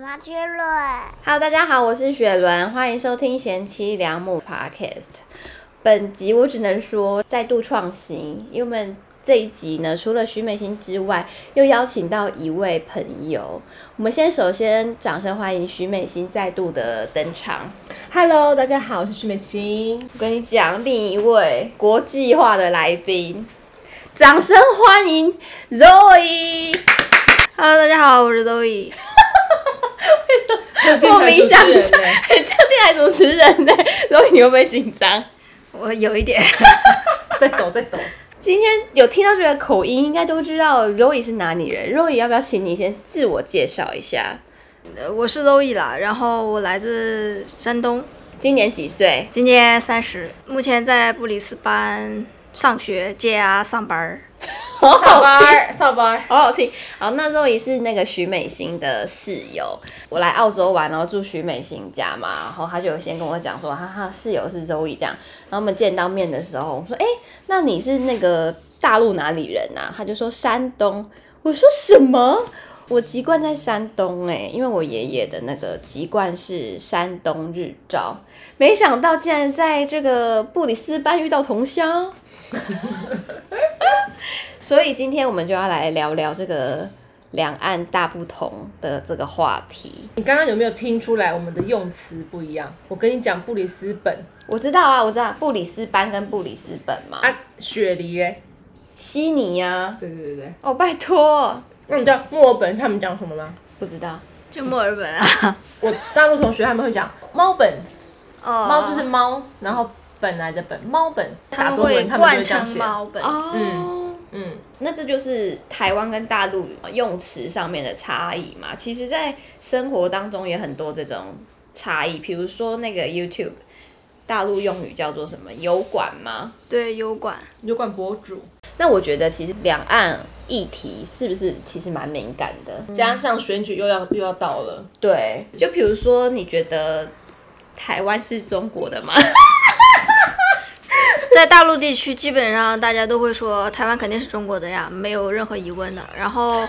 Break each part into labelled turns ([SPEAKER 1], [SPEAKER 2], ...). [SPEAKER 1] 马之伦。
[SPEAKER 2] Hello，大家好，我是雪伦，欢迎收听贤妻良母 Podcast。本集我只能说再度创新，因为我们这一集呢，除了徐美心之外，又邀请到一位朋友。我们先首先掌声欢迎徐美心再度的登场。
[SPEAKER 3] Hello，大家好，我是徐美 心。
[SPEAKER 2] 我跟你讲，另一位国际化的来宾，掌声欢迎 Zoe。
[SPEAKER 4] Hello，大家好，我是 Zoe。
[SPEAKER 2] 莫名想
[SPEAKER 3] 主持
[SPEAKER 2] 象，
[SPEAKER 3] 人
[SPEAKER 2] 很像电台主持人呢、Zoe，你会 不会紧张？
[SPEAKER 4] 我有一点，
[SPEAKER 3] 在抖，在抖。
[SPEAKER 2] 今天有听到这个口音，应该都知道 Roy 是哪里人。Roy 要不要请你先自我介绍一下？
[SPEAKER 4] 呃我是 Zoe 啦，然后我来自山东，
[SPEAKER 2] 今年几岁？
[SPEAKER 4] 今年三十，目前在布里斯班上学、接啊、上班儿。
[SPEAKER 2] 好
[SPEAKER 3] 上
[SPEAKER 2] 好
[SPEAKER 3] 班
[SPEAKER 2] 听，
[SPEAKER 3] 儿，上班儿。
[SPEAKER 2] 好好听。好，那 Roy 是那个徐美心的室友。我来澳洲玩，然后住徐美心家嘛，然后他就有先跟我讲说，哈哈，室友是 Roy 这样。然后我们见到面的时候，我说，哎、那你是那个大陆哪里人啊？他就说山东。我说什么？我籍贯在山东哎、因为我爷爷的那个籍贯是山东日照，没想到竟然在这个布里斯班遇到同乡，所以今天我们就要来聊聊这个两岸大不同的这个话题。
[SPEAKER 3] 你刚刚有没有听出来我们的用词不一样？我跟你讲，布里斯本
[SPEAKER 2] 我知道啊，我知道布里斯班跟布里斯本嘛，
[SPEAKER 3] 啊，雪梨嘞。
[SPEAKER 2] 悉尼啊，
[SPEAKER 3] 对对对对。
[SPEAKER 2] 哦拜托，
[SPEAKER 3] 那你知道墨尔本他们讲什么吗？
[SPEAKER 2] 不知道
[SPEAKER 4] 就墨尔本啊，
[SPEAKER 3] 我大陆同学他们会讲猫本，
[SPEAKER 4] 哦，
[SPEAKER 3] 猫就是猫，然后本来的本，猫本。
[SPEAKER 4] 他
[SPEAKER 3] 打
[SPEAKER 4] 们
[SPEAKER 3] 中
[SPEAKER 4] 会
[SPEAKER 3] 文他们就
[SPEAKER 4] 惯
[SPEAKER 3] 会这样
[SPEAKER 4] 成
[SPEAKER 3] 写。
[SPEAKER 4] 猫本，
[SPEAKER 2] 哦。
[SPEAKER 3] 嗯嗯，
[SPEAKER 2] 那这就是台湾跟大陆用词上面的差异嘛。其实，在生活当中也很多这种差异，比如说那个 YouTube，大陆用语叫做什么“油管”吗？
[SPEAKER 4] 对，油管。
[SPEAKER 3] 油管博主。
[SPEAKER 2] 那我觉得其实两岸议题是不是其实蛮敏感的？
[SPEAKER 3] 加上选举又要又要到了，
[SPEAKER 2] 对，就比如说你觉得台湾是中国的 吗？
[SPEAKER 4] 在大陆地区，基本上大家都会说台湾肯定是中国的呀，没有任何疑问的。然后，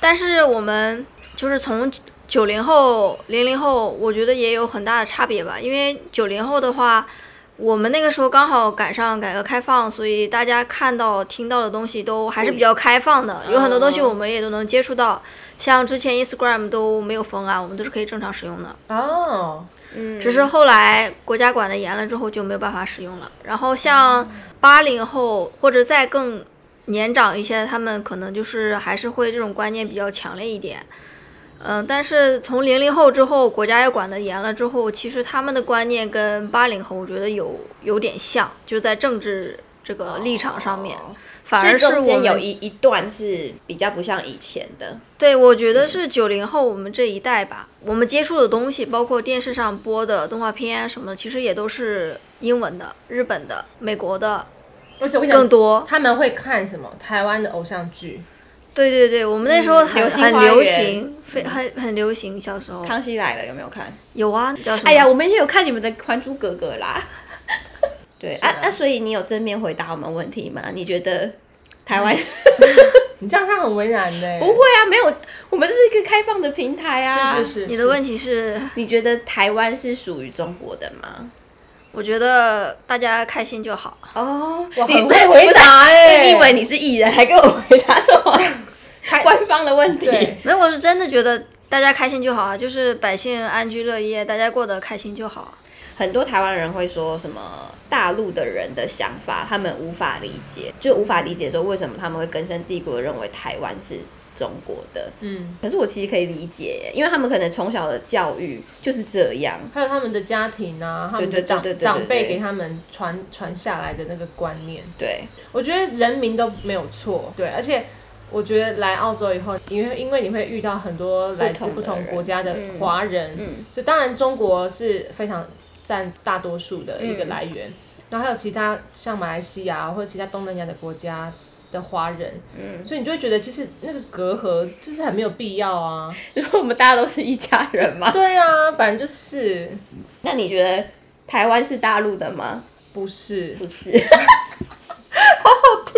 [SPEAKER 4] 但是我们就是从九零后、零零后，我觉得也有很大的差别吧。因为九零后的话，我们那个时候刚好赶上改革开放，所以大家看到、听到的东西都还是比较开放的，有很多东西我们也都能接触到。像之前 Instagram 都没有封啊，我们都是可以正常使用的。
[SPEAKER 3] 哦，
[SPEAKER 2] 嗯
[SPEAKER 4] 只是后来国家管得严了之后就没有办法使用了。然后像八零后或者再更年长一些，他们可能就是还是会这种观念比较强烈一点。嗯，但是从零零后之后，国家又管得严了之后，其实他们的观念跟八零后我觉得有有点像，就在政治这个立场上面，
[SPEAKER 2] 哦
[SPEAKER 4] 反
[SPEAKER 2] 所以
[SPEAKER 4] 而是我
[SPEAKER 2] 中间
[SPEAKER 4] 们
[SPEAKER 2] 有一一段是比较不像以前的。
[SPEAKER 4] 对，我觉得是九零后我们这一代吧，我们接触的东西，包括电视上播的动画片啊什么的，其实也都是英文的、日本的、美国的
[SPEAKER 3] 而且我跟你讲，
[SPEAKER 4] 更多。
[SPEAKER 3] 他们会看什么台湾的偶像剧，
[SPEAKER 4] 对对对，我们那时候
[SPEAKER 2] 嗯
[SPEAKER 4] 很、
[SPEAKER 2] 流星
[SPEAKER 4] 很
[SPEAKER 2] 花
[SPEAKER 4] 流
[SPEAKER 2] 园嗯
[SPEAKER 4] 行，非很很流行。小时候
[SPEAKER 2] 康熙来了有没有看？
[SPEAKER 4] 有啊，叫什么？
[SPEAKER 2] 哎呀，我们也有看你们的《还珠格格》啦。 对啊
[SPEAKER 3] 啊
[SPEAKER 2] 啊，所以你有正面回答我们问题吗？你觉得台 湾
[SPEAKER 3] 你这样他很为难的。欸
[SPEAKER 2] 不会啊？没有，我们这是一个开放的平台啊。
[SPEAKER 3] 是是是，
[SPEAKER 4] 你的问题是，
[SPEAKER 2] 你觉得台湾是属于中国的吗？
[SPEAKER 4] 我觉得大家开心就好。
[SPEAKER 2] 哦，
[SPEAKER 3] 我
[SPEAKER 2] 你
[SPEAKER 3] 很会回答欸
[SPEAKER 2] 不是啊你以为你是艺人，还跟我回答什 么官方的问题？
[SPEAKER 3] 对，
[SPEAKER 4] 没有，我是真的觉得大家开心就好啊，就是百姓安居乐业，大家过得开心就好。啊
[SPEAKER 2] 很多台湾人会说什么大陆的人的想法，他们无法理解，就无法理解说为什么他们会根深蒂固的认为台湾是中国的。
[SPEAKER 3] 嗯，
[SPEAKER 2] 可是我其实可以理解耶，因为他们可能从小的教育就是这样。
[SPEAKER 3] 还有他们的家庭啊，他们
[SPEAKER 2] 对对
[SPEAKER 3] 的
[SPEAKER 2] 对
[SPEAKER 3] 长
[SPEAKER 2] 对对对
[SPEAKER 3] 长辈
[SPEAKER 2] 对
[SPEAKER 3] 给他们传传下来的那个观念，
[SPEAKER 2] 对，
[SPEAKER 3] 我觉得人民都没有错，对，而且。我觉得来澳洲以后，你会因为你会遇到很多来自
[SPEAKER 2] 不
[SPEAKER 3] 不
[SPEAKER 2] 同的
[SPEAKER 3] 同
[SPEAKER 2] 人
[SPEAKER 3] 国家的
[SPEAKER 2] 嗯
[SPEAKER 3] 华人，
[SPEAKER 2] 嗯
[SPEAKER 3] 就当然中国是非常占大多数的一个
[SPEAKER 2] 嗯
[SPEAKER 3] 来源，然后还有其他像马来西亚啊或者其他东南亚的国家的华人，
[SPEAKER 2] 嗯，
[SPEAKER 3] 所以你就会觉得其实那个隔阂就是很没有必要啊。
[SPEAKER 2] 就是我们大家都是一家人嘛。
[SPEAKER 3] 对啊，反正就是
[SPEAKER 2] 那你觉得台湾是大陆的吗？
[SPEAKER 3] 不是
[SPEAKER 2] 不是，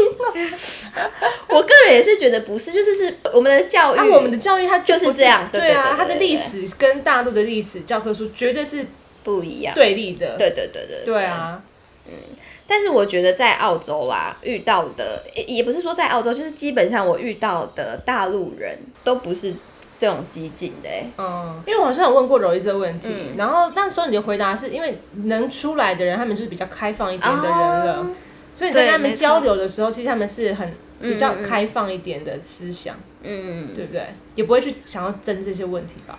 [SPEAKER 2] 哦我个人也是觉得不是，就是是我们的教育，
[SPEAKER 3] 那、啊我们的教育它
[SPEAKER 2] 嗯就是
[SPEAKER 3] 不是
[SPEAKER 2] 这样对
[SPEAKER 3] 对
[SPEAKER 2] 对
[SPEAKER 3] 啊
[SPEAKER 2] 对对，
[SPEAKER 3] 它的历史跟大陆的历史教科书绝对是
[SPEAKER 2] 不一样。
[SPEAKER 3] 对立的。
[SPEAKER 2] 对对对对
[SPEAKER 3] 对。啊，
[SPEAKER 2] 但是我觉得在澳洲啦，遇到的也也不是说在澳洲，就是基本上我遇到的大陆人都不是这种激进的、欸。
[SPEAKER 3] 嗯，因为我好像有问过柔一这个问题，
[SPEAKER 2] 嗯
[SPEAKER 3] 然后那时候你的回答是因为能出来的人，他们就是比较开放一点的人了，
[SPEAKER 2] 哦
[SPEAKER 3] 所以你在跟他
[SPEAKER 4] 对
[SPEAKER 3] 们
[SPEAKER 4] 没错
[SPEAKER 3] 交流的时候，其实他们是很比较
[SPEAKER 2] 嗯嗯
[SPEAKER 3] 开放一点的思想，
[SPEAKER 2] 嗯，
[SPEAKER 3] 对不对？也不会去想要争这些问题吧？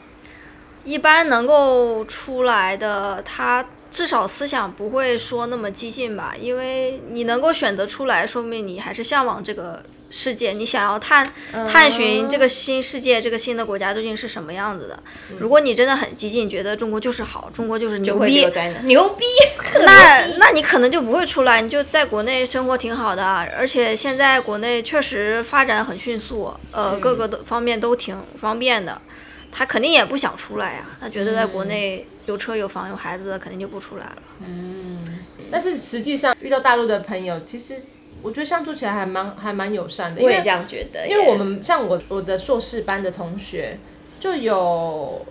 [SPEAKER 4] 一般能够出来的，他至少思想不会说那么激进吧，因为你能够选择出来，说明你还是向往这个世界，你想要探
[SPEAKER 2] 嗯
[SPEAKER 4] 探寻这个新世界、这个新的国家究竟是什么样子的。如果你真的很激进，觉得中国就是好，中国就是
[SPEAKER 2] 嗯就
[SPEAKER 4] 牛
[SPEAKER 2] 会
[SPEAKER 4] 逼
[SPEAKER 2] 留，在那，牛逼。
[SPEAKER 3] 啊
[SPEAKER 4] 那那你可能就不会出来，你就在国内生活挺好的啊。而且现在国内确实发展很迅速，呃，各个都方面都挺方便的。他肯定也不想出来呀、啊他觉得在国内有车有房有孩子的，肯定就不出来了。
[SPEAKER 3] 但是实际上遇到大陆的朋友，其实我觉得相处起来还蛮还蛮友善的，因
[SPEAKER 2] 我也
[SPEAKER 3] 为
[SPEAKER 2] 这样觉得耶，
[SPEAKER 3] 因为我们像我我的硕士班的同学，就有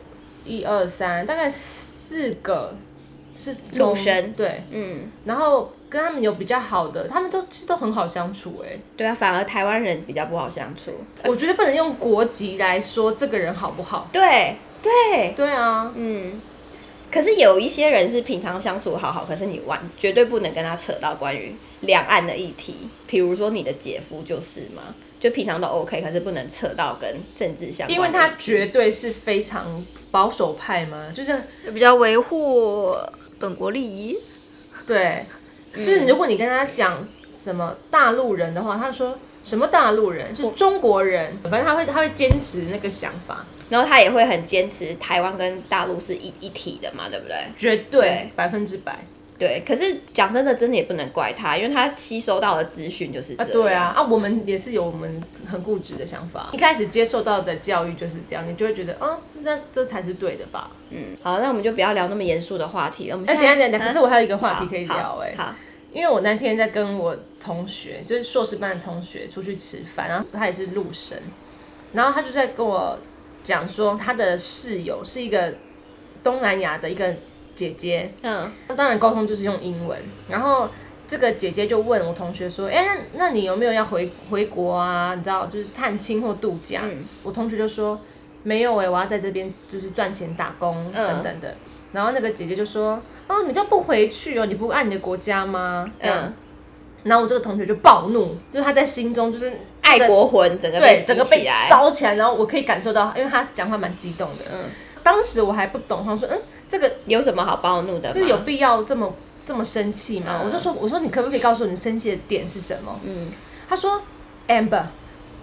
[SPEAKER 3] 一二三，大概四个是
[SPEAKER 2] 陆
[SPEAKER 3] 从
[SPEAKER 2] 生
[SPEAKER 3] 对，
[SPEAKER 2] 嗯，
[SPEAKER 3] 然后跟他们有比较好的，他们都其实都很好相处、欸，
[SPEAKER 2] 对啊，反而台湾人比较不好相处。
[SPEAKER 3] 我觉得不能用国籍来说这个人好不好，
[SPEAKER 2] 对对，
[SPEAKER 3] 对啊，
[SPEAKER 2] 嗯。可是有一些人是平常相处好好，可是你完绝对不能跟他扯到关于两岸的议题，比如说你的姐夫就是嘛，就平常都 OK，可是不能扯到跟政治相关的议题，
[SPEAKER 3] 因为他绝对是非常保守派嘛，就是
[SPEAKER 4] 就比较维护本国利益，
[SPEAKER 3] 对，就是如果你跟他讲什么大陆人的话，他说什么大陆人是中国人，反正他会他会坚持那个想法，
[SPEAKER 2] 然后他也会很坚持台湾跟大陆是一一体的嘛，对不对？
[SPEAKER 3] 绝
[SPEAKER 2] 对
[SPEAKER 3] 对百分之百
[SPEAKER 2] 对，可是讲真的，真的也不能怪他，因为他吸收到的资讯就是这
[SPEAKER 3] 啊！
[SPEAKER 2] 样。
[SPEAKER 3] 对啊，啊，我们也是有我们很固执的想法，一开始接受到的教育就是这样，你就会觉得，嗯，那这才是对的吧？
[SPEAKER 2] 嗯，好，那我们就不要聊那么严肃的话题了。我们
[SPEAKER 3] 哎、
[SPEAKER 2] 现在
[SPEAKER 3] 等一下等一下，可是我还有一个话
[SPEAKER 2] 好
[SPEAKER 3] 题可以聊哎、
[SPEAKER 2] 好，好
[SPEAKER 3] 因为我那天在跟我同学，就是硕士班的同学出去吃饭，然后他也是陆生，然后他就在跟我讲说，他的室友是一个东南亚的一个姐姐，
[SPEAKER 2] 嗯，
[SPEAKER 3] 那当然沟通就是用英文，然后。这个姐姐就问我同学说：“哎、那那你有没有要回回国啊？你知道，就是探亲或度假？”
[SPEAKER 2] 嗯
[SPEAKER 3] 我同学就说：“没有哎、我要在这边就是赚钱打工、
[SPEAKER 2] 嗯
[SPEAKER 3] 等等的。”然后那个姐姐就说：“哦，你都不回去哦，你不爱你的国家吗？”这样，
[SPEAKER 2] 嗯，
[SPEAKER 3] 然后我这个同学就暴怒，就是他在心中就是
[SPEAKER 2] 爱
[SPEAKER 3] 这个
[SPEAKER 2] 国魂整个
[SPEAKER 3] 对
[SPEAKER 2] 激
[SPEAKER 3] 整个被
[SPEAKER 2] 起来，
[SPEAKER 3] 烧起来，然后我可以感受到，因为他讲话蛮激动的。
[SPEAKER 2] 嗯，
[SPEAKER 3] 当时我还不懂，他说嗯，这个
[SPEAKER 2] 有什么好暴怒的吗？
[SPEAKER 3] 就是有必要这么这么生气
[SPEAKER 2] 嗯
[SPEAKER 3] 吗？我就说我说你可不可以告诉我你生气的点是什么？
[SPEAKER 2] 嗯，
[SPEAKER 3] 他说 Amber，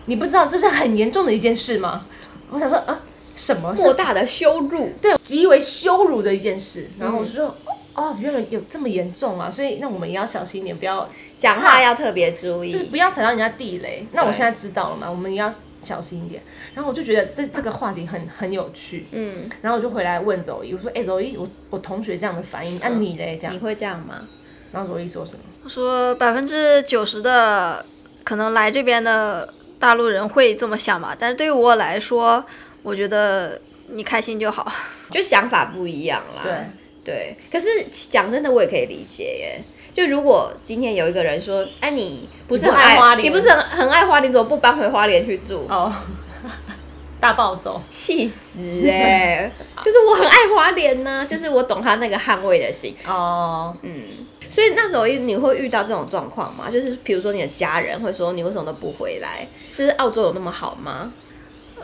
[SPEAKER 3] 你不知道这是很严重的一件事吗？我想说啊，什么是
[SPEAKER 2] 莫大的羞辱。
[SPEAKER 3] 对极为羞辱的一件事？然
[SPEAKER 2] 嗯
[SPEAKER 3] 后我就说、哦，原来有这么严重啊，所以那我们也要小心一点，不要
[SPEAKER 2] 讲话要特别注意，
[SPEAKER 3] 就是不要踩到人家地雷。那我
[SPEAKER 2] 嗯对
[SPEAKER 3] 现在知道了嘛，我们也要小心一点。然后我就觉得这这个话题很很有趣，
[SPEAKER 2] 嗯，
[SPEAKER 3] 然后我就回来问柔一，我说：“哎、柔一，我我同学这样的反应，那、啊你嘞？”这
[SPEAKER 2] 嗯你
[SPEAKER 3] 样，
[SPEAKER 2] 会这样吗？
[SPEAKER 3] 然后柔一说什么？
[SPEAKER 4] 他说百分之九十的可能来这边的大陆人会这么想吧，但是对于我来说，我觉得你开心就好。
[SPEAKER 2] 就想法不一样啦。
[SPEAKER 3] 对
[SPEAKER 2] 对，可是讲真的，我也可以理解耶。就如果今天有一个人说：“哎、你不是很
[SPEAKER 3] 你不爱花莲
[SPEAKER 2] 你不是很很爱花莲，怎么不搬回花莲去住？”
[SPEAKER 3] 哦， 大暴走。
[SPEAKER 2] 气死 哎、就是我很爱花莲呢、就是我懂他那个捍卫的心。
[SPEAKER 3] 哦，
[SPEAKER 2] 所以那时候你会遇到这种状况吗？就是比如说你的家人会说你为什么都不回来？就是澳洲有那么好吗？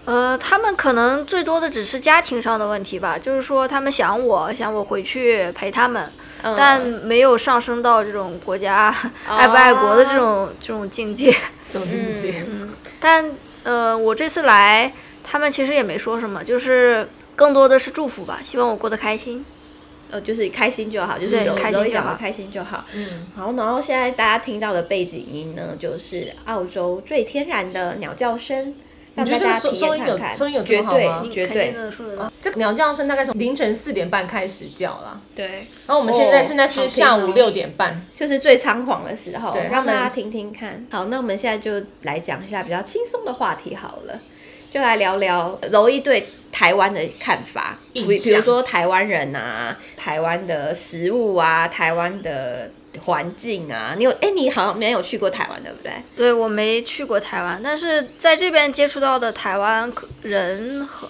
[SPEAKER 4] 呃，他们可能最多的只是家庭上的问题吧，就是说他们想我，想我回去陪他们，
[SPEAKER 2] 嗯哦
[SPEAKER 4] 但没有上升到这种国家 爱不爱国的这种这种境界。
[SPEAKER 3] 走进去。
[SPEAKER 4] 但呃，我这次来，他们其实也没说什么，就是更多的是祝福吧，希望我过得开心。
[SPEAKER 2] 呃，就是开心就好，就是
[SPEAKER 4] 对
[SPEAKER 2] 有
[SPEAKER 4] 开
[SPEAKER 2] 时候
[SPEAKER 4] 心
[SPEAKER 2] 一
[SPEAKER 4] 就
[SPEAKER 2] 讲
[SPEAKER 4] 好
[SPEAKER 2] 开心就好。
[SPEAKER 3] 嗯，
[SPEAKER 2] 好，然后现在大家听到的背景音呢，就是澳洲最天然的鸟叫声。让
[SPEAKER 3] 你觉
[SPEAKER 2] 大
[SPEAKER 3] 得这个
[SPEAKER 2] 家
[SPEAKER 3] 收
[SPEAKER 2] 体
[SPEAKER 3] 收
[SPEAKER 2] 验
[SPEAKER 3] 音有
[SPEAKER 2] 看看，
[SPEAKER 3] 收音有这
[SPEAKER 2] 绝
[SPEAKER 3] 么好吗
[SPEAKER 2] 对？
[SPEAKER 4] 你
[SPEAKER 2] 绝
[SPEAKER 4] 肯定
[SPEAKER 2] 对
[SPEAKER 4] 的说得到，
[SPEAKER 3] 这个鸟叫声大概从凌晨四点半开始叫啦，
[SPEAKER 4] 对，
[SPEAKER 3] 然后我们现在、
[SPEAKER 2] 哦
[SPEAKER 3] 现在
[SPEAKER 4] 好
[SPEAKER 3] 是
[SPEAKER 4] 听
[SPEAKER 3] 下
[SPEAKER 4] 哦
[SPEAKER 3] 午六点半，
[SPEAKER 2] 就是最猖狂的时候，
[SPEAKER 3] 对他
[SPEAKER 2] 让
[SPEAKER 3] 们
[SPEAKER 2] 大家听听看。好，那我们现在就来讲一下比较轻松的话题好了，就来聊聊柔一对台湾的看法，比
[SPEAKER 3] 印
[SPEAKER 2] 比如
[SPEAKER 3] 象
[SPEAKER 2] 说台湾人啊，台湾的食物啊，台湾的环境啊。你有哎、你好像没有去过台湾，对不对？
[SPEAKER 4] 对我没去过台湾，但是在这边接触到的台湾可人和，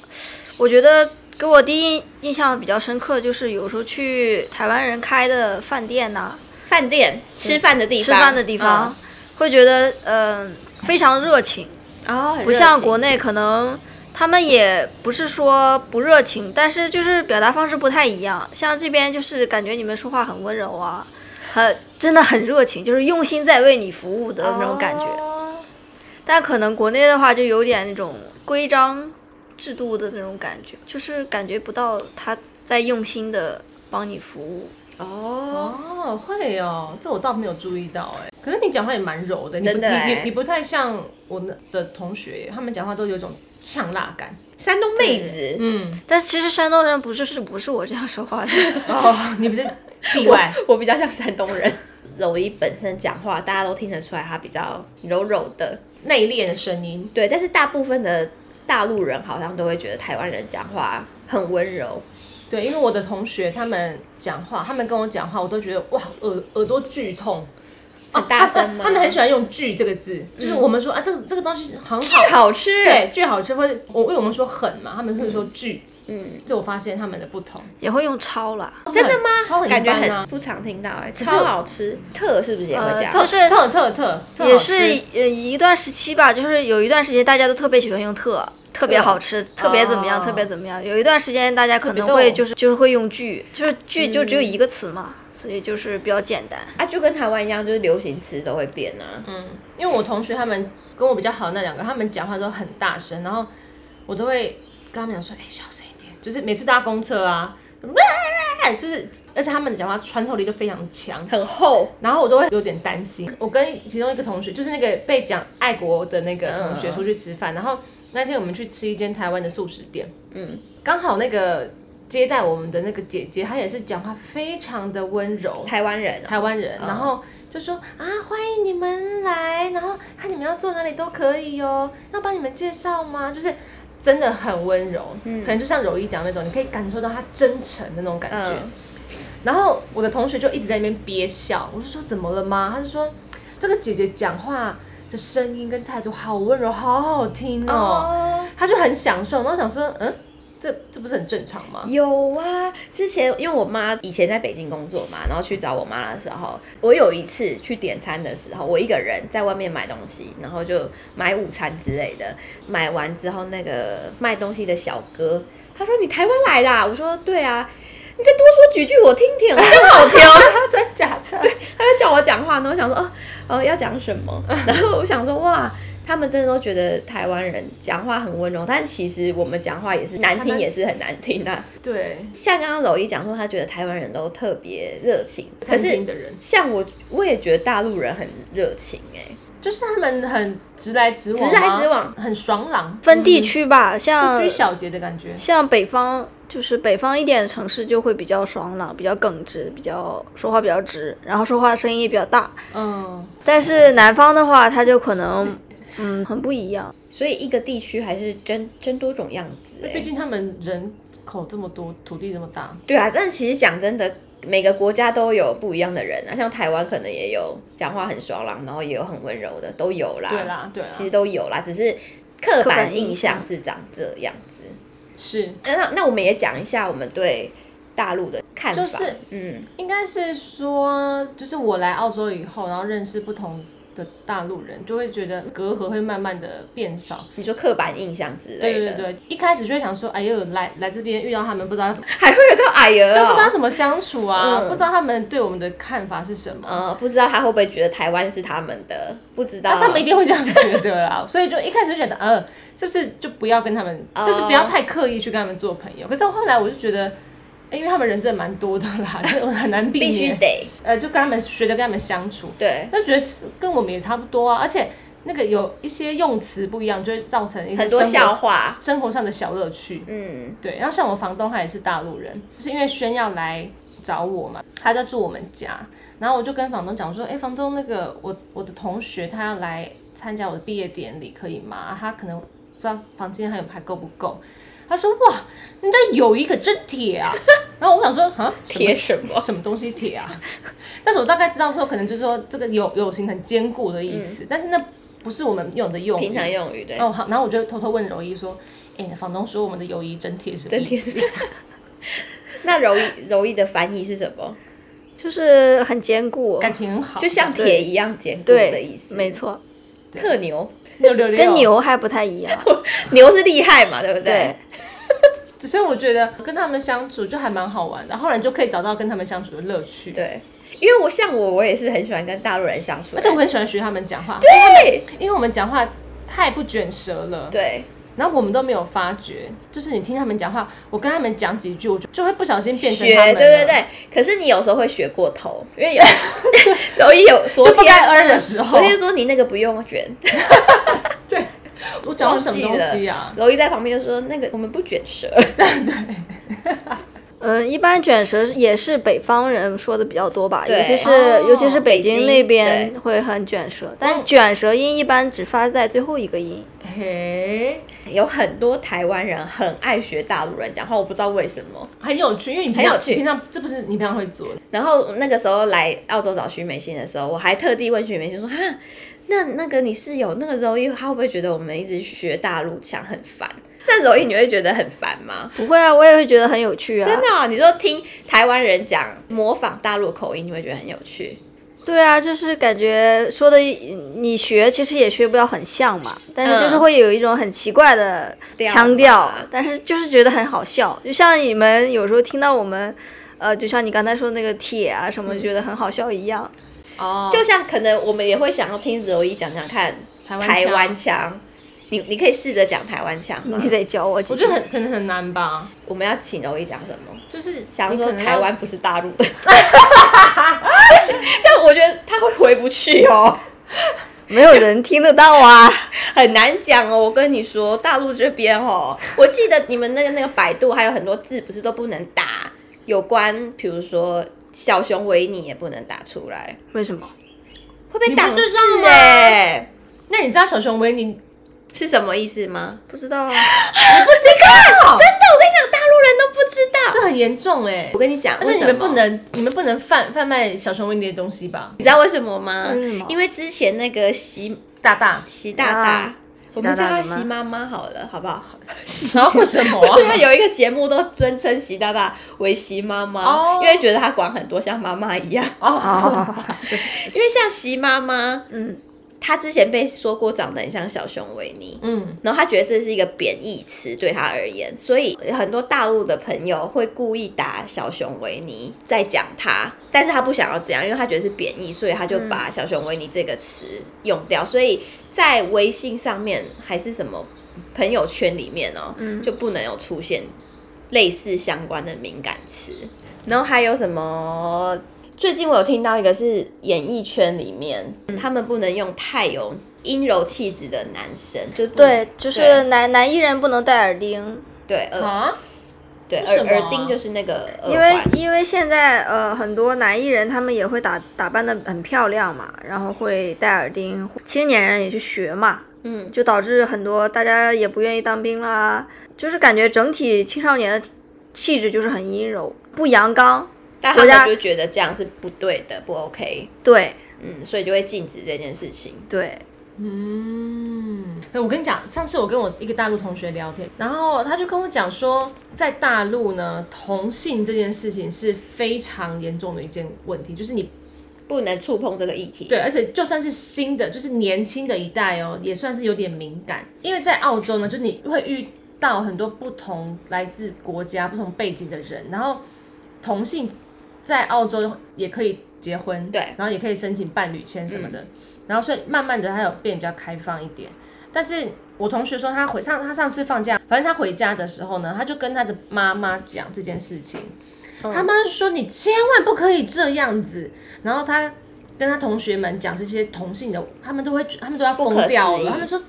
[SPEAKER 4] 我觉得给我第一印象比较深刻，就是有时候去台湾人开的饭店呐、
[SPEAKER 2] 饭店吃饭的地方，
[SPEAKER 4] 吃饭的地方，会觉得嗯、呃非常热情，
[SPEAKER 2] 嗯哦，很
[SPEAKER 4] 不
[SPEAKER 2] 热
[SPEAKER 4] 像
[SPEAKER 2] 情
[SPEAKER 4] 国内可能他们也不是说不热情，但是就是表达方式不太一样。像这边就是感觉你们说话很温柔啊，很真的很热情，就是用心在为你服务的那种感觉。
[SPEAKER 2] 哦
[SPEAKER 4] 但可能国内的话就有点那种规章制度的那种感觉，就是感觉不到他在用心的帮你服务。
[SPEAKER 2] 哦，
[SPEAKER 3] 哦，会哦，这我倒没有注意到哎。可是你讲话也蛮柔的，你
[SPEAKER 2] 真的
[SPEAKER 3] 不你
[SPEAKER 2] 哎
[SPEAKER 3] 你你不太像我的同学，他们讲话都有一种呛辣感。
[SPEAKER 2] 山东妹子，
[SPEAKER 3] 嗯，
[SPEAKER 4] 但是其实山东人不是是不是我这样说话的，
[SPEAKER 3] 哦，你不是例外，
[SPEAKER 2] 我比较像山东人。柔一本身讲话，大家都听得出来，她比较柔柔的，
[SPEAKER 3] 内敛的声音。
[SPEAKER 2] 对。但是大部分的大陆人好像都会觉得台湾人讲话很温柔，
[SPEAKER 3] 对，因为我的同学他们讲话，他们跟我讲话，我都觉得哇，耳耳朵剧痛。
[SPEAKER 2] 很大声
[SPEAKER 3] 哦他们
[SPEAKER 2] 吗？嗯
[SPEAKER 3] 他们很喜欢用“剧”这个字，就是我们说啊，这个这个东西很好，
[SPEAKER 2] 好吃，
[SPEAKER 3] 对，巨好吃，或者我因为我们说很嘛，他们会说巨，
[SPEAKER 2] 嗯，
[SPEAKER 3] 这我发现他们的不同。
[SPEAKER 4] 也会用超啦。
[SPEAKER 2] 真的吗？
[SPEAKER 3] 超很
[SPEAKER 2] 感
[SPEAKER 3] 一
[SPEAKER 2] 觉
[SPEAKER 3] 般
[SPEAKER 2] 很
[SPEAKER 3] 啊
[SPEAKER 2] 不常听到、哎，
[SPEAKER 3] 是
[SPEAKER 2] 超好吃。特是不是也会
[SPEAKER 4] 呃
[SPEAKER 2] 这样？
[SPEAKER 4] 特就是
[SPEAKER 3] 特特特，特
[SPEAKER 4] 也
[SPEAKER 3] 好
[SPEAKER 4] 是
[SPEAKER 3] 吃
[SPEAKER 4] 呃一段时期吧，就是有一段时间大家都特别喜欢用特，特别好吃，特别怎么样，
[SPEAKER 3] 哦
[SPEAKER 4] 特别怎么样。有一段时间大家可能
[SPEAKER 3] 特别
[SPEAKER 4] 会
[SPEAKER 3] 逗嗯
[SPEAKER 4] 就是就是会用句，就是句就只有一个词嘛，所以就是比较简单。
[SPEAKER 2] 啊，就跟台湾一样，就是流行词都会变啊。
[SPEAKER 3] 嗯，因为我同学他们跟我比较好的那两个，他们讲话都很大声，然后我都会跟他们讲说，哎、小声一点。就是每次搭公车啊， 就是而且他们讲话穿透力就非常强，
[SPEAKER 2] 很厚，
[SPEAKER 3] 然后我都会有点担心。我跟其中一个同学，就是那个被讲爱国的那个同学
[SPEAKER 2] 嗯
[SPEAKER 3] 出去吃饭，然后那天我们去吃一间台湾的素食店，
[SPEAKER 2] 嗯，
[SPEAKER 3] 刚好那个接待我们的那个姐姐，她也是讲话非常的温柔，
[SPEAKER 2] 台湾人、
[SPEAKER 3] 台湾人，
[SPEAKER 2] 嗯
[SPEAKER 3] 然后就说啊，欢迎你们来，然后看你们要坐哪里都可以哦，要帮你们介绍吗？就是真的很温柔，可能就像柔一讲那种，你可以感受到她真诚的那种感觉。
[SPEAKER 2] 嗯，
[SPEAKER 3] 然后我的同学就一直在那边憋笑，我就说怎么了吗？他就说这个姐姐讲话的声音跟态度好温柔，好好听哦，
[SPEAKER 2] 哦，
[SPEAKER 3] 他就很享受。然后想说，嗯，这这不是很正常吗？
[SPEAKER 2] 有啊，之前因为我妈以前在北京工作嘛，然后去找我妈的时候，我有一次去点餐的时候，我一个人在外面买东西，然后就买午餐之类的，买完之后那个卖东西的小哥，他说你台湾来的啊、我说对啊。你再多说几句我听听， 真好听。
[SPEAKER 3] 真假的？
[SPEAKER 2] 他就叫我讲话，然后我想说，哦，呃，要讲什么？然后我想说，哇，他们真的都觉得台湾人讲话很温柔，但其实我们讲话也是难听，也是很难听啊。
[SPEAKER 3] 对，
[SPEAKER 2] 像刚刚柔一讲说，他觉得台湾人都特别热情，可
[SPEAKER 3] 餐
[SPEAKER 2] 是
[SPEAKER 3] 厅的人
[SPEAKER 2] 像我，我也觉得大陆人很热情哎、
[SPEAKER 3] 就是他们很直来直往吗，
[SPEAKER 2] 直来直往嗯
[SPEAKER 3] 很爽朗，
[SPEAKER 4] 分地区
[SPEAKER 3] 嗯
[SPEAKER 4] 吧，
[SPEAKER 3] 不
[SPEAKER 4] 像
[SPEAKER 3] 拘小节的感觉。
[SPEAKER 4] 像北方，就是北方一点的城市就会比较爽朗，比较耿直，比较说话比较直，然后说话声音也比较大。
[SPEAKER 3] 嗯，
[SPEAKER 4] 但是南方的话，他就 可能，嗯，很不一样。
[SPEAKER 2] 所以一个地区还是真真多种样子哎、
[SPEAKER 3] 毕竟他们人口这么多，土地这么大，
[SPEAKER 2] 对啊，但其实讲真的，每个国家都有不一样的人啊，像台湾可能也有讲话很爽朗，然后也有很温柔的，都有啦。
[SPEAKER 3] 对啦，对啦，
[SPEAKER 2] 其实都有啦，只是刻
[SPEAKER 4] 刻板
[SPEAKER 2] 板
[SPEAKER 4] 印
[SPEAKER 2] 印象
[SPEAKER 4] 象
[SPEAKER 2] 是长这样子。
[SPEAKER 3] 是
[SPEAKER 2] 那那那我们也讲一下我们对大陆的看法，
[SPEAKER 3] 就是
[SPEAKER 2] 嗯，
[SPEAKER 3] 应该是说，就是我来澳洲以后，然后认识不同的大陆人，就会觉得隔阂会慢慢的变少。
[SPEAKER 2] 你说刻板印象之
[SPEAKER 3] 对
[SPEAKER 2] 类
[SPEAKER 3] 对
[SPEAKER 2] 的，
[SPEAKER 3] 对，一开始就会想说，哎呦，来来这边遇到他们，不知道就
[SPEAKER 2] 还会有到矮人
[SPEAKER 3] 不知道
[SPEAKER 2] 哦。
[SPEAKER 3] 怎么相处啊，
[SPEAKER 2] 啊嗯
[SPEAKER 3] 不知道他们对我们的看法是什么。
[SPEAKER 2] 呃，不知道他会不会觉得台湾是他们的，不知道。
[SPEAKER 3] 那他们一定会这样觉
[SPEAKER 2] 嗯
[SPEAKER 3] 得啦，所以就一开始就觉得，呃，是不是就不要跟他们，
[SPEAKER 2] 哦
[SPEAKER 3] 就是不要太刻意去跟他们做朋友。可是后来我就觉得，哎因为他们人真的蛮多的啦， 就很难避
[SPEAKER 2] 必须
[SPEAKER 3] 免，
[SPEAKER 2] 得
[SPEAKER 3] 呃，就跟他们学着跟他们相处，
[SPEAKER 2] 对，
[SPEAKER 3] 那觉得是跟我们也差不多啊。而且那个有一些用词不一样，就会造成一些
[SPEAKER 2] 很多
[SPEAKER 3] 生活
[SPEAKER 2] 笑话
[SPEAKER 3] 生活上的小乐趣。
[SPEAKER 2] 嗯，
[SPEAKER 3] 对，然后像我房东他也是大陆人，就是因为轩要来找我嘛，他就住我们家，然后我就跟房东讲说，哎，房东那个我我的同学他要来参加我的毕业典礼，可以吗？他可能不知道房间还有还够不够，他说哇，你这友谊可真铁啊！ 然后我想说啊，什么
[SPEAKER 2] 贴什么？
[SPEAKER 3] 什么东西铁啊？但是我大概知道说，可能就是说这个友友情很坚固的意思，但是那不是我们用的用语
[SPEAKER 2] 嗯平常用语对。
[SPEAKER 3] 哦，好，然后我就偷偷问柔一说：“哎、房东说我们的友谊真铁是
[SPEAKER 2] 真
[SPEAKER 3] 铁
[SPEAKER 2] 贴，那柔意柔意的翻译是什么？
[SPEAKER 4] 就是很坚固，
[SPEAKER 3] 感情很好，
[SPEAKER 2] 就像铁一样坚固的意
[SPEAKER 4] 对，
[SPEAKER 2] 思。
[SPEAKER 4] 没错，
[SPEAKER 2] 特牛，
[SPEAKER 3] 六六六
[SPEAKER 4] 跟。牛还不太一样，
[SPEAKER 2] 牛是厉害嘛，对不
[SPEAKER 4] 对
[SPEAKER 2] 对？
[SPEAKER 3] 所以我觉得跟他们相处就还蛮好玩的，后来就可以找到跟他们相处的乐趣。，
[SPEAKER 2] 对，因为我像我，我也是很喜欢跟大陆人相处的，
[SPEAKER 3] 而且我很喜欢学他们讲话，
[SPEAKER 2] 对
[SPEAKER 3] 因为我们讲话太不卷舌了，
[SPEAKER 2] 对
[SPEAKER 3] 然后我们都没有发觉，就是你听他们讲话，我跟他们讲几句，我就就会不小心变成
[SPEAKER 2] 学，
[SPEAKER 3] 他
[SPEAKER 2] 对
[SPEAKER 3] 们
[SPEAKER 2] 对
[SPEAKER 3] 了，
[SPEAKER 2] 对。可是你有时候会学过头，因 为有 柔一有昨
[SPEAKER 3] 就不该
[SPEAKER 2] 天
[SPEAKER 3] 儿的时候
[SPEAKER 2] 昨，天说你那个不用卷，
[SPEAKER 3] 我讲了什么东西啊？
[SPEAKER 2] 柔一在旁边就说那个我们不卷舌，
[SPEAKER 4] 嗯，一般卷舌也是北方人说的比较多吧，
[SPEAKER 2] 对
[SPEAKER 4] 尤其是、
[SPEAKER 3] 哦
[SPEAKER 4] 尤其是
[SPEAKER 2] 北
[SPEAKER 4] 北
[SPEAKER 2] 京
[SPEAKER 4] 京那边
[SPEAKER 2] 对
[SPEAKER 4] 会很卷舌，但卷舌音一般只发在最后一个音。
[SPEAKER 3] 嘿，
[SPEAKER 2] 有很多台湾人很爱学大陆人讲话，我不知道为什么。
[SPEAKER 3] 很有趣，因为你平
[SPEAKER 2] 很有
[SPEAKER 3] 常
[SPEAKER 2] 趣
[SPEAKER 3] 平常这不是你平常会做的，
[SPEAKER 2] 然后那个时候来澳洲找徐美心的时候，我还特地问徐美心说：“哈，那那个你室友那个柔一，他会不会觉得我们一直学大陆腔很烦？”那柔一你会觉得很烦吗？
[SPEAKER 4] 不会啊，我也会觉得很有趣啊。
[SPEAKER 2] 真的哦、你说听台湾人讲模仿大陆口音，你会觉得很有趣。
[SPEAKER 4] 对啊，就是感觉说的你学其实也学不到很像嘛，但是就是
[SPEAKER 2] 嗯
[SPEAKER 4] 会有一种很奇怪的
[SPEAKER 2] 调
[SPEAKER 4] 腔
[SPEAKER 2] 嘛
[SPEAKER 4] 调，
[SPEAKER 2] 啊
[SPEAKER 4] 但是就是觉得很好笑。就像你们有时候听到我们，呃，就像你刚才说那个铁啊什么，觉得很好笑一样。
[SPEAKER 3] 哦，
[SPEAKER 2] 就像可能我们也会想要听柔一讲讲看
[SPEAKER 3] 台湾
[SPEAKER 2] 台
[SPEAKER 3] 腔
[SPEAKER 2] 湾腔，你你可以试着讲台湾腔吗
[SPEAKER 4] 你？得教我几句，
[SPEAKER 3] 我觉得很可能很难吧，
[SPEAKER 2] 我们要请柔一讲什么？
[SPEAKER 3] 就是
[SPEAKER 2] 想
[SPEAKER 3] 你可
[SPEAKER 2] 说
[SPEAKER 3] 能要
[SPEAKER 2] 台湾不是大陆的， 这样我觉得他会回不去哦，
[SPEAKER 4] 没有人听得到啊。
[SPEAKER 2] 很难讲哦。我跟你说，大陆这边哦，我记得你们那个那个百度还有很多字不是都不能打，有关比如说小熊维尼也不能打出来，
[SPEAKER 4] 为什么？
[SPEAKER 2] 会被
[SPEAKER 3] 你不
[SPEAKER 2] 挡
[SPEAKER 3] 是让
[SPEAKER 2] 字
[SPEAKER 3] 吗
[SPEAKER 2] 哎，
[SPEAKER 3] 那你知道小熊维尼
[SPEAKER 2] 是什么意思吗？
[SPEAKER 4] 不知道啊。
[SPEAKER 2] 真的，我跟你讲，大陆人都不知道。
[SPEAKER 3] 这很严重哎、
[SPEAKER 2] 我跟你讲，哦
[SPEAKER 3] 而且
[SPEAKER 2] 为
[SPEAKER 3] 你
[SPEAKER 2] 什
[SPEAKER 3] 们
[SPEAKER 2] 么
[SPEAKER 3] 不能，你们不能贩贩卖小熊维尼的东西吧？
[SPEAKER 2] 你知道为什么吗？
[SPEAKER 4] 为什么
[SPEAKER 2] 因为之前那个习
[SPEAKER 3] 大大，
[SPEAKER 2] 习大大，
[SPEAKER 4] 啊
[SPEAKER 2] 我们叫
[SPEAKER 4] 习大
[SPEAKER 2] 他
[SPEAKER 4] 大怎么
[SPEAKER 2] 习妈妈好了，好不 好？
[SPEAKER 3] 然后为什么、 啊？
[SPEAKER 2] 因为有一个节目都尊称习大大为习妈妈，
[SPEAKER 3] 哦
[SPEAKER 2] 因为觉得她管很多，像妈妈一样。
[SPEAKER 3] 哦，
[SPEAKER 2] 因为像习妈妈，
[SPEAKER 4] 嗯，
[SPEAKER 2] 她之前被说过长得很像小熊维尼。
[SPEAKER 3] 嗯，
[SPEAKER 2] 然后她觉得这是一个贬义词，对她而言，所以很多大陆的朋友会故意打小熊维尼在讲她，但是她不想要这样，因为她觉得是贬义，所以她就
[SPEAKER 4] 嗯
[SPEAKER 2] 把小熊维尼这个词用掉。所以在微信上面还是什么朋友圈里面哦，
[SPEAKER 4] 嗯
[SPEAKER 2] 就不能有出现类似相关的敏感词。然后还有什么？最近我有听到一个是演艺圈里面，
[SPEAKER 3] 嗯
[SPEAKER 2] 他们不能用太有阴柔气质的男生，就不
[SPEAKER 4] 对，就是
[SPEAKER 2] 对
[SPEAKER 4] 男男艺人不能戴耳钉，
[SPEAKER 2] 对耳
[SPEAKER 3] 啊，
[SPEAKER 2] 对
[SPEAKER 3] 为
[SPEAKER 2] 耳
[SPEAKER 3] 什么啊
[SPEAKER 2] 耳钉就是那个
[SPEAKER 4] 因
[SPEAKER 2] 耳
[SPEAKER 4] 为
[SPEAKER 2] 环，
[SPEAKER 4] 因为现在呃很多男艺人他们也会打打扮的很漂亮嘛，然后会戴耳钉，青年人也去学嘛，
[SPEAKER 2] 嗯，
[SPEAKER 4] 就导致很多大家也不愿意当兵啦，就是感觉整体青少年的气质就是很阴柔，不阳刚，
[SPEAKER 2] 但他
[SPEAKER 4] 国家
[SPEAKER 2] 们就觉得这样是不对的，不 OK，
[SPEAKER 4] 对
[SPEAKER 2] 嗯，所以就会禁止这件事情。
[SPEAKER 4] 对，
[SPEAKER 3] 嗯，哎我跟你讲，上次我跟我一个大陆同学聊天，然后他就跟我讲说，在大陆呢，同性这件事情是非常严重的一件问题，就是你
[SPEAKER 2] 不能触碰这个议题。
[SPEAKER 3] 对，而且就算是新的，就是年轻的一代哦，也算是有点敏感，因为在澳洲呢，就是你会遇到很多不同来自国家、不同背景的人，然后同性在澳洲也可以结婚，
[SPEAKER 2] 对嗯
[SPEAKER 3] 然后也可以申请伴侣签什么的，然后所以慢慢的它有变比较开放一点。但是我同学说他回上他上次放假，反正他回家的时候呢，他就跟他的妈妈讲
[SPEAKER 2] 嗯
[SPEAKER 3] 这件事情，他妈就说你千万不可以这样子，然后他跟他同学们讲这些同性的，他们都会，他们都要
[SPEAKER 2] 不可
[SPEAKER 3] 疯掉
[SPEAKER 2] 思议
[SPEAKER 3] 了，他们就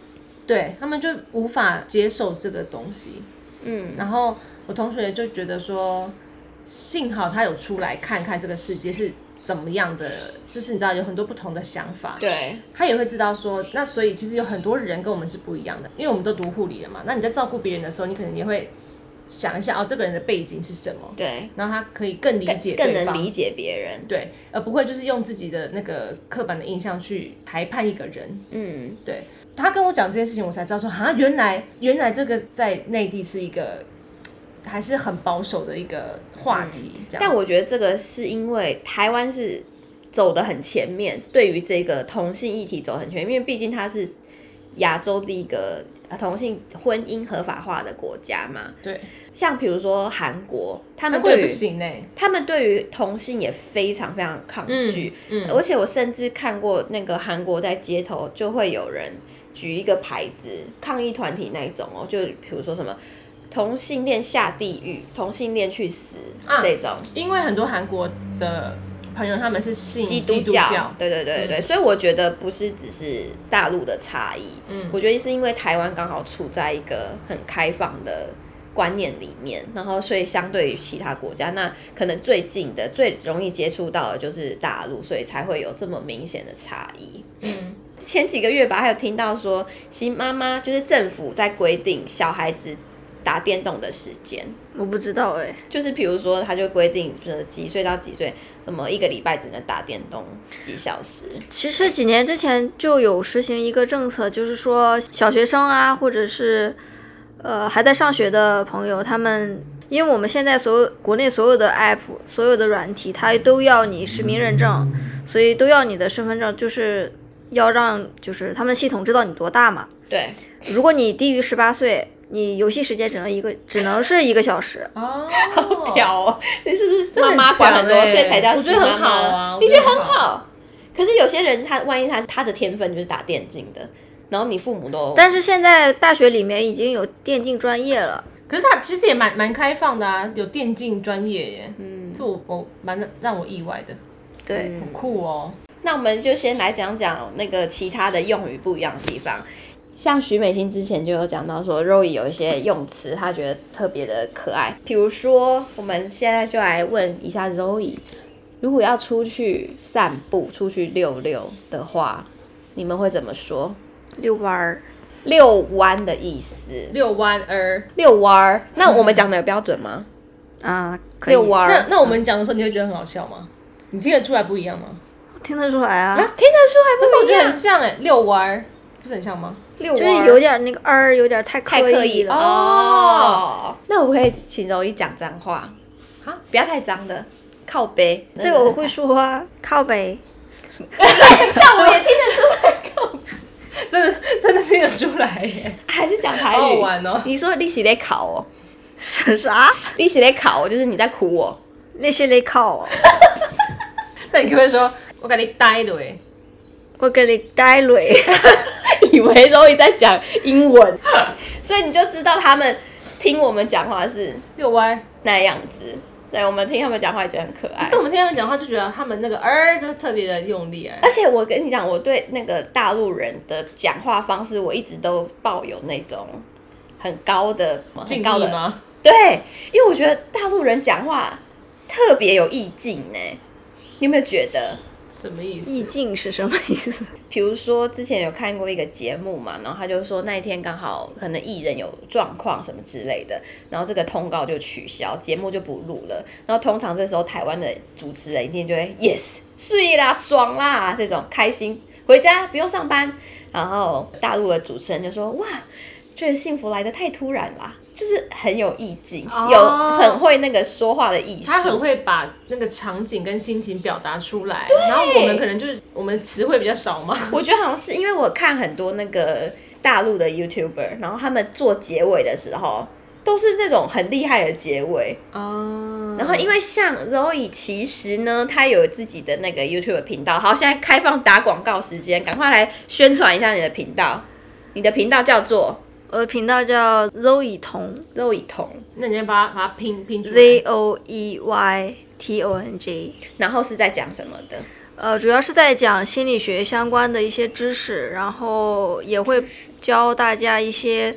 [SPEAKER 3] 对他们就无法接受这个东西。
[SPEAKER 2] 嗯，
[SPEAKER 3] 然后我同学就觉得说，幸好他有出来看看这个世界是怎么样的，就是你知道有很多不同的想法，
[SPEAKER 2] 对，
[SPEAKER 3] 他也会知道说，那所以其实有很多人跟我们是不一样的，因为我们都读护理的嘛。那你在照顾别人的时候，你可能也会想一下哦，这个人的背景是什么，
[SPEAKER 2] 对，
[SPEAKER 3] 然后他可以更理解
[SPEAKER 2] 更更
[SPEAKER 3] 对
[SPEAKER 2] 能
[SPEAKER 3] 方
[SPEAKER 2] 理。解别人。
[SPEAKER 3] 对，而不会就是用自己的那个刻板的印象去裁判一个人。
[SPEAKER 2] 嗯，
[SPEAKER 3] 对他跟我讲这件事情，我才知道说，哈，原来原来这个在内地是一个嘖还是很保守的一个话题。这
[SPEAKER 2] 嗯
[SPEAKER 3] 样，
[SPEAKER 2] 但我觉得这个是因为台湾是走得很前面，对于这个同性议题走很前面，因为毕竟它是亚洲第一个呃同性婚姻合法化的国家嘛。
[SPEAKER 3] 对
[SPEAKER 2] 像比如说韩国，他
[SPEAKER 3] 韩
[SPEAKER 2] 们
[SPEAKER 3] 国也
[SPEAKER 2] 对
[SPEAKER 3] 不
[SPEAKER 2] 于
[SPEAKER 3] 行哎、
[SPEAKER 2] 他们对于同性也非常非常抗拒，
[SPEAKER 3] 嗯
[SPEAKER 2] 而且我甚至看过那个韩国在街头就会有人举一个牌子抗议团体那一种哦，就比如说什么同性恋下地狱，同性恋去死、
[SPEAKER 3] 啊
[SPEAKER 2] 这种
[SPEAKER 3] 因为很多韩国的朋友他们是信
[SPEAKER 2] 基
[SPEAKER 3] 督
[SPEAKER 2] 督教，对对对对对，所以我觉得不是只是大陆的差异，
[SPEAKER 3] 嗯
[SPEAKER 2] 我觉得是因为台湾刚好处在一个很开放的。观念里面，然后所以相对于其他国家，那可能最近的最容易接触到的就是大陆，所以才会有这么明显的差异。
[SPEAKER 3] 嗯，
[SPEAKER 2] 前几个月吧，还有听到说，新妈妈就是政府在规定小孩子打电动的时间，
[SPEAKER 4] 我不知道哎、
[SPEAKER 2] 就是比如说，他就规定呃几岁到几岁，什么一个礼拜只能打电动几小时。
[SPEAKER 4] 其实几年之前就有实行一个政策，就是说小学生啊，或者是呃还在上学的朋友，他们因为我们现在所有国内所有的 app、所有的软体，它都要你实名认证，所以都要你的身份证，就是要让就是他们系统知道你多大嘛。
[SPEAKER 2] 对，
[SPEAKER 4] 如果你低于十八岁，你游戏时间只能一个，只能是一个小时。
[SPEAKER 3] 哦，
[SPEAKER 2] 屌哦，你是不是
[SPEAKER 3] 的
[SPEAKER 2] 妈
[SPEAKER 3] 很
[SPEAKER 2] 妈管
[SPEAKER 3] 强
[SPEAKER 2] 很多，哦
[SPEAKER 3] 欸
[SPEAKER 2] 所以才叫
[SPEAKER 3] 我觉
[SPEAKER 2] 新
[SPEAKER 3] 得
[SPEAKER 2] 妈
[SPEAKER 3] 很
[SPEAKER 2] 妈？
[SPEAKER 3] 好啊我
[SPEAKER 2] 你
[SPEAKER 3] 觉
[SPEAKER 2] 觉
[SPEAKER 3] 得
[SPEAKER 2] 得很
[SPEAKER 3] 很好
[SPEAKER 2] 好？可是有些人他万一他他的天分就是打电竞的，然后你父母都
[SPEAKER 4] 但是现在大学里面已经有电竞专业了，
[SPEAKER 3] 可是他其实也蛮蛮开放的啊，有电竞专业耶，
[SPEAKER 2] 嗯
[SPEAKER 3] 这我我蛮让我意外的，
[SPEAKER 4] 对，
[SPEAKER 2] 嗯
[SPEAKER 3] 很酷哦。
[SPEAKER 2] 那我们就先来讲讲那个其他的用语不一样的地方。像徐美心之前就有讲到说，Roy 有一些用词，她觉得特别的可爱。比如说，我们现在就来问一下 Roy，如果要出去散步、出去溜溜的话，你们会怎么说？
[SPEAKER 4] 遛弯儿。
[SPEAKER 2] 遛弯的意思，
[SPEAKER 3] 遛弯儿，
[SPEAKER 2] 遛弯儿。那我们讲的有标准吗？
[SPEAKER 4] 啊，可以
[SPEAKER 2] 遛弯
[SPEAKER 3] 那
[SPEAKER 2] 儿，
[SPEAKER 3] 那我们讲的时候，你会觉得很好笑吗？你听得出来不一样吗？
[SPEAKER 4] 听得出来 啊，
[SPEAKER 2] 听得出还不
[SPEAKER 3] 但是
[SPEAKER 2] 是
[SPEAKER 3] 我
[SPEAKER 2] 一
[SPEAKER 3] 觉得
[SPEAKER 2] 样
[SPEAKER 3] 很像哎，遛弯儿不是很像吗？
[SPEAKER 2] 遛
[SPEAKER 4] 就
[SPEAKER 2] 弯
[SPEAKER 4] 是
[SPEAKER 2] 儿
[SPEAKER 4] 有点那个儿，有点太刻
[SPEAKER 2] 太刻意
[SPEAKER 4] 意
[SPEAKER 2] 了
[SPEAKER 4] 了。
[SPEAKER 2] 哦。那我可以请柔一讲脏话
[SPEAKER 3] 哈，
[SPEAKER 2] 不要太脏的，靠背。
[SPEAKER 4] 这个我会说啊靠北，
[SPEAKER 2] 像我也听 得出来，靠
[SPEAKER 3] 真的真的听得出来耶，
[SPEAKER 2] 还是讲台
[SPEAKER 3] 好好
[SPEAKER 2] 语。
[SPEAKER 3] 玩哦。
[SPEAKER 2] 你说你是在考我，
[SPEAKER 4] 是啥？
[SPEAKER 2] 你是在考我，就是你在苦我。
[SPEAKER 4] 那是你靠哦，
[SPEAKER 3] 那你可不可以说，我给你呆了哎？
[SPEAKER 4] 我给你带累。
[SPEAKER 2] 以为柔一在讲英文，所以你就知道他们听我们讲话是
[SPEAKER 3] 遛弯儿，
[SPEAKER 2] 那样子。对，我们听他们讲话也觉得很可爱
[SPEAKER 3] 可是。我们听他们讲话就觉得他们那个儿就是特别的用力哎。
[SPEAKER 2] 而且我跟你讲，我对那个大陆人的讲话方式，我一直都抱有那种很高的、
[SPEAKER 3] 敬
[SPEAKER 2] 很
[SPEAKER 3] 意
[SPEAKER 2] 高的
[SPEAKER 3] 吗？
[SPEAKER 2] 对，因为我觉得大陆人讲话特别有意境呢。你有没有觉得？
[SPEAKER 3] 什么意
[SPEAKER 4] 意
[SPEAKER 3] 思？
[SPEAKER 4] 境是什么意思？
[SPEAKER 2] 比如说之前有看过一个节目嘛，然后他就说那一天刚好可能艺人有状况什么之类的，然后这个通告就取消，节目就不录了。然后通常这时候台湾的主持人一定就会 yes 睡啦、爽啦这种开心，回家不用上班。然后大陆的主持人就说哇，觉得幸福来的太突然啦。就是很有意境
[SPEAKER 3] 哦
[SPEAKER 2] 有很会那个说话的艺术。
[SPEAKER 3] 他很会把那个场景跟心情表达出来，然后我们可能就是我们词汇比较少嘛。
[SPEAKER 2] 我觉得好像是因为我看很多那个大陆的 YouTuber，然后他们做结尾的时候都是那种很厉害的结尾。
[SPEAKER 3] 哦，
[SPEAKER 2] 然后因为像 Roy，其实呢，他有自己的那个 YouTube 频道。好，现在开放打广告时间，赶快来宣传一下你的频道。你的频道叫做
[SPEAKER 4] 我的频道叫 Zoe 彤
[SPEAKER 2] Roy 童，
[SPEAKER 3] 那你要把它把它拼拼出来。
[SPEAKER 4] ，Z O E Y T O N G。
[SPEAKER 2] 然后是在讲什么的？
[SPEAKER 4] 呃，主要是在讲心理学相关的一些知识，然后也会教大家一些，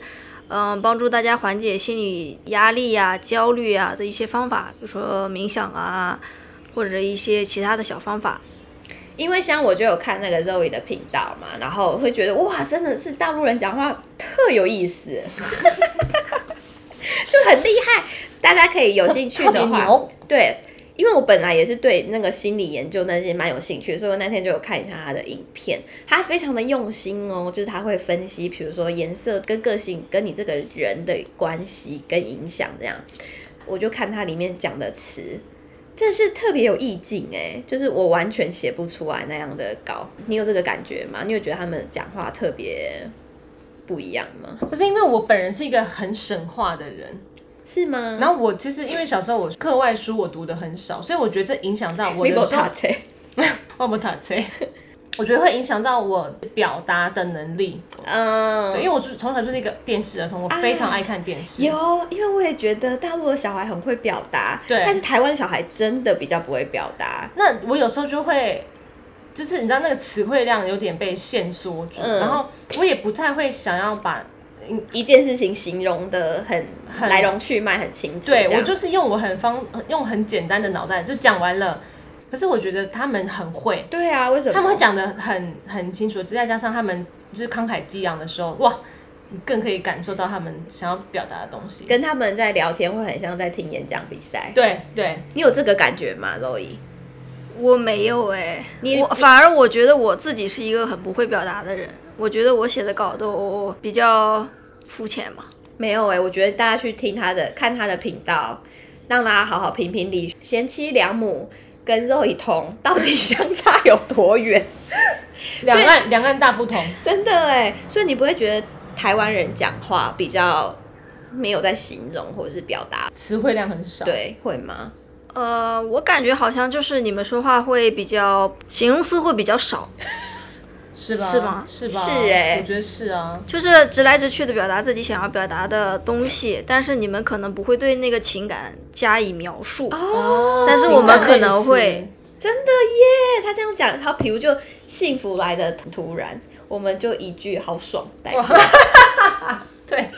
[SPEAKER 4] 嗯、帮助大家缓解心理压力呀、焦虑呀、的一些方法，比如说冥想啊，或者一些其他的小方法。
[SPEAKER 2] 因为像我就有看那个 Zoe 的频道嘛，然后会觉得哇，真的是大陆人讲话特有意思， 就很厉害。大家可以有兴趣的
[SPEAKER 3] 特别
[SPEAKER 2] 话
[SPEAKER 3] 牛，
[SPEAKER 2] 对，因为我本来也是对那个心理研究那些蛮有兴趣，所以我那天就有看一下他的影片，他非常的用心哦，就是他会分析，比如说颜色跟个性跟你这个人的关系跟影响这样。我就看他里面讲的词，真的是特别有意境哎、就是我完全写不出来那样的稿。你有这个感觉吗？你有觉得他们讲话特别不一样吗？
[SPEAKER 3] 就是因为我本人是一个很神话的人，
[SPEAKER 2] 是吗？
[SPEAKER 3] 然后我其实因为小时候我课外书我读的很少，所以我觉得这影响到我
[SPEAKER 2] 微博
[SPEAKER 3] 的时候哦
[SPEAKER 2] 塔车
[SPEAKER 3] 我不塔车， 我觉得会影响到我表达的能力。
[SPEAKER 2] 嗯，
[SPEAKER 3] 对，因为我就是从小就是一个电视儿童，我非
[SPEAKER 2] 啊
[SPEAKER 3] 常爱看电视。
[SPEAKER 2] 有，因为我也觉得大陆的小孩很会表达，
[SPEAKER 3] 对
[SPEAKER 2] 但是台湾的小孩真的比较不会表达。
[SPEAKER 3] 那我有时候就会，就是你知道那个词汇量有点被限缩住，
[SPEAKER 2] 嗯
[SPEAKER 3] 然后我也不太会想要把，
[SPEAKER 2] 一件事情形容的很
[SPEAKER 3] 很
[SPEAKER 2] 来龙去脉很清楚，
[SPEAKER 3] 对
[SPEAKER 2] 这样
[SPEAKER 3] 我就是用我很方用很简单的脑袋就讲完了。可是我觉得他们很会，
[SPEAKER 2] 对啊，为什么
[SPEAKER 3] 他们会讲的很很清楚，再加上他们就是慷慨激昂的时候，哇，你更可以感受到他们想要表达的东西。
[SPEAKER 2] 跟他们在聊天会很像在听演讲比赛？
[SPEAKER 3] 对对，
[SPEAKER 2] 你有这个感觉吗，周怡？
[SPEAKER 4] 我没有哎、
[SPEAKER 2] 你
[SPEAKER 4] 我反而我觉得我自己是一个很不会表达的人，我觉得我写的稿都比较肤浅嘛。
[SPEAKER 2] 没有哎、我觉得大家去听他的，看他的频道，让大家好好评评理，贤妻良母跟肉一同到底相差有多远？
[SPEAKER 3] 两岸两岸大不同，
[SPEAKER 2] 真的哎、所以你不会觉得台湾人讲话比较没有在形容或者是表达，
[SPEAKER 3] 词汇量很少。，
[SPEAKER 2] 对，会吗？
[SPEAKER 4] 呃，我感觉好像就是你们说话会比较形容词会比较少，
[SPEAKER 3] 是吧？
[SPEAKER 4] 是吗
[SPEAKER 3] 是吧？
[SPEAKER 2] 是欸
[SPEAKER 3] 我觉得是啊。
[SPEAKER 4] 就是直来直去的表达自己想要表达的东西，但是你们可能不会对那个情感加以描述。
[SPEAKER 2] 哦
[SPEAKER 3] 啊
[SPEAKER 4] 但是我们可能会
[SPEAKER 2] 真的耶！他这样讲，他比如就幸福来的突然，我们就一句好爽带过。
[SPEAKER 3] 对，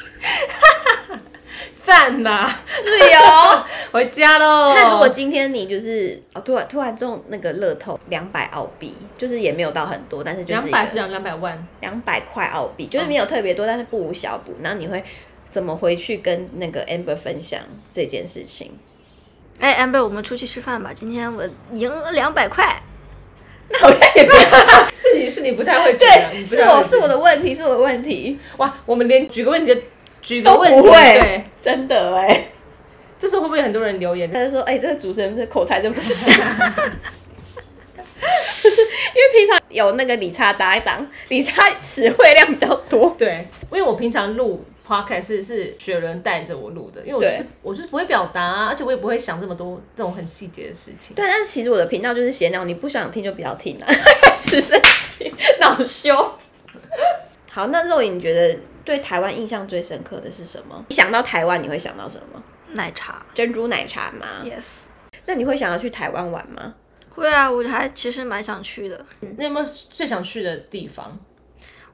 [SPEAKER 3] 赞啦，
[SPEAKER 2] 对 哦。
[SPEAKER 3] 回家喽。
[SPEAKER 2] 那如果今天你就是哦，突然突然中那个乐透两百澳币，就是也没有到很多，但是就是嗯
[SPEAKER 3] 两百是两两百万，
[SPEAKER 2] 两百块澳币，就是没有特别多，但是不无小补。然后你会怎么回去跟那个 Amber 分享这件事情？
[SPEAKER 4] 哎，amber，我们出去吃饭吧，今天我赢了两百块。
[SPEAKER 2] 那好像也不是
[SPEAKER 3] 是你是你不太会举啊
[SPEAKER 2] 对，
[SPEAKER 3] 你不
[SPEAKER 2] 是
[SPEAKER 3] 太
[SPEAKER 2] 我
[SPEAKER 3] 会举
[SPEAKER 2] 是我的问题，是我的问题，
[SPEAKER 3] 哇，我们连举个问题的举个
[SPEAKER 2] 都
[SPEAKER 3] 问题
[SPEAKER 2] 不
[SPEAKER 3] 对
[SPEAKER 2] 会，真的哎、
[SPEAKER 3] 这是会不会很多人留言？
[SPEAKER 2] 他就说：“哎、这个主持人这口才真不是瞎。”就是因为平常有那个理查搭档，理查词汇量比较多，
[SPEAKER 3] 对，因为我平常录 podcast 是是雪伦带着我录的，因为我就是
[SPEAKER 2] 对
[SPEAKER 3] 我就是不会表达、啊，而且我也不会想这么多这种很细节的事情。
[SPEAKER 2] 对，但是其实我的频道就是闲聊，你不想听就不要听啊， 开始生气，恼羞。好，那肉颖你觉得对台湾印象最深刻的是什么？你想到台湾，你会想到什么？
[SPEAKER 4] 奶茶
[SPEAKER 2] 珍珠奶茶吗？
[SPEAKER 4] ，yes。
[SPEAKER 2] 那你会想要去台湾玩吗？
[SPEAKER 4] 会啊，我还其实蛮想去的，
[SPEAKER 3] 那有没有最想去的地方？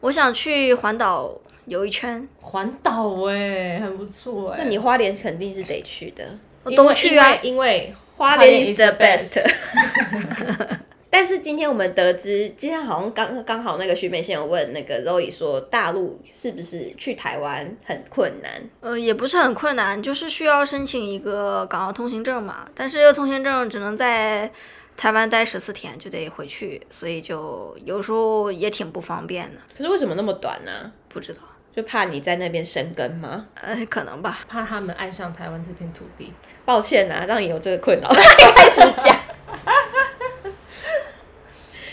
[SPEAKER 4] 我想去环岛游一圈，
[SPEAKER 3] 环岛哎，很不错哎、
[SPEAKER 2] 那你花莲肯定是得去的，
[SPEAKER 4] 我
[SPEAKER 3] 因
[SPEAKER 4] 都
[SPEAKER 3] 为
[SPEAKER 4] 去啊。
[SPEAKER 3] 因为因为
[SPEAKER 2] 花
[SPEAKER 3] 花
[SPEAKER 2] 莲 is the
[SPEAKER 3] best
[SPEAKER 2] best。但 是今天我们得知，今天好像刚刚好那个徐美仙有问那个 Zoe 说，大陆是不是去台湾很困难？
[SPEAKER 4] 呃，也不是很困难，就是需要申请一个港澳通行证嘛。但是这个通行证只能在台湾待十四天，就得回去，所以就有时候也挺不方便的。
[SPEAKER 2] 可是为什么那么短呢、
[SPEAKER 4] 不知道，
[SPEAKER 2] 就怕你在那边生根吗？
[SPEAKER 4] 呃，可能吧。
[SPEAKER 3] 怕他们爱上台湾这片土地。
[SPEAKER 2] 抱歉啊，让你有这个 困扰。开始讲，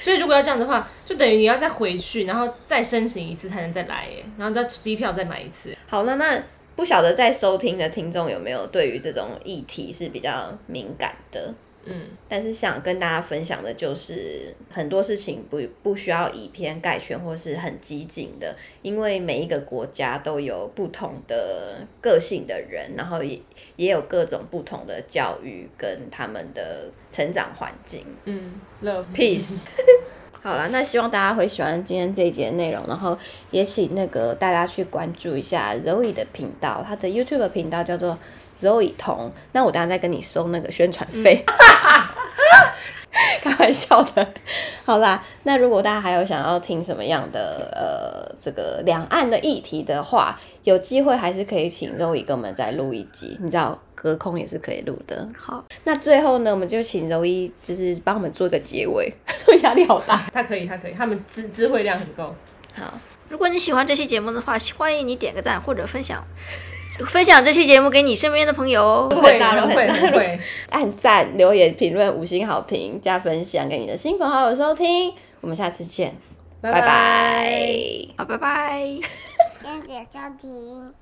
[SPEAKER 3] 所以如果要这样的话，就等于你要再回去，然后再申请一次才能再来耶，然后再机票再买一次。
[SPEAKER 2] 好，那那不晓得在收听的听众有没有对于这种议题是比较敏感的？
[SPEAKER 3] 嗯，
[SPEAKER 2] 但是想跟大家分享的就是，很多事情不不需要以偏概全或是很激进的，因为每一个国家都有不同的个性的人，然后也也有各种不同的教育跟他们的成长环境。
[SPEAKER 3] 嗯，love
[SPEAKER 2] Peace。好了，那希望大家会喜欢今天这一节的内容，然后也请那个大家去关注一下 Zoe 的频道，她的 YouTube 频道叫做 Zoe 童。那我等下再跟你收那个宣传费， 开玩笑的。好啦，那如果大家还有想要听什么样的呃这个两岸的议题的话，有机会还是可以请 Zoe 跟我们再录一集，你知道隔空也是可以录的。
[SPEAKER 4] 好，
[SPEAKER 2] 那最后呢，我们就请柔一就是帮我们做一个结尾， 压力好大。
[SPEAKER 3] 他可以，他可以，他们智智慧量很够。
[SPEAKER 2] 好，
[SPEAKER 4] 如果你喜欢这期节目的话，欢迎你点个赞或者分享，分享这期节目给你身边的朋友哦。
[SPEAKER 3] 会
[SPEAKER 2] 大
[SPEAKER 3] 不
[SPEAKER 2] 陆
[SPEAKER 3] 会不会，
[SPEAKER 2] 按赞、留言、评论、五星好评、加分享给你的新朋好友收听，我们下次见，
[SPEAKER 3] 拜
[SPEAKER 2] 拜拜
[SPEAKER 4] 好，拜拜。
[SPEAKER 1] 谢谢收听，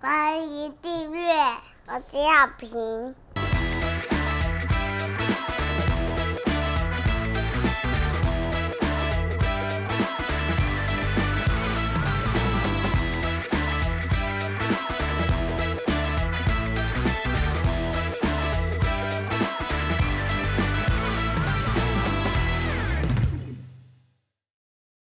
[SPEAKER 1] 欢迎订阅我是小平。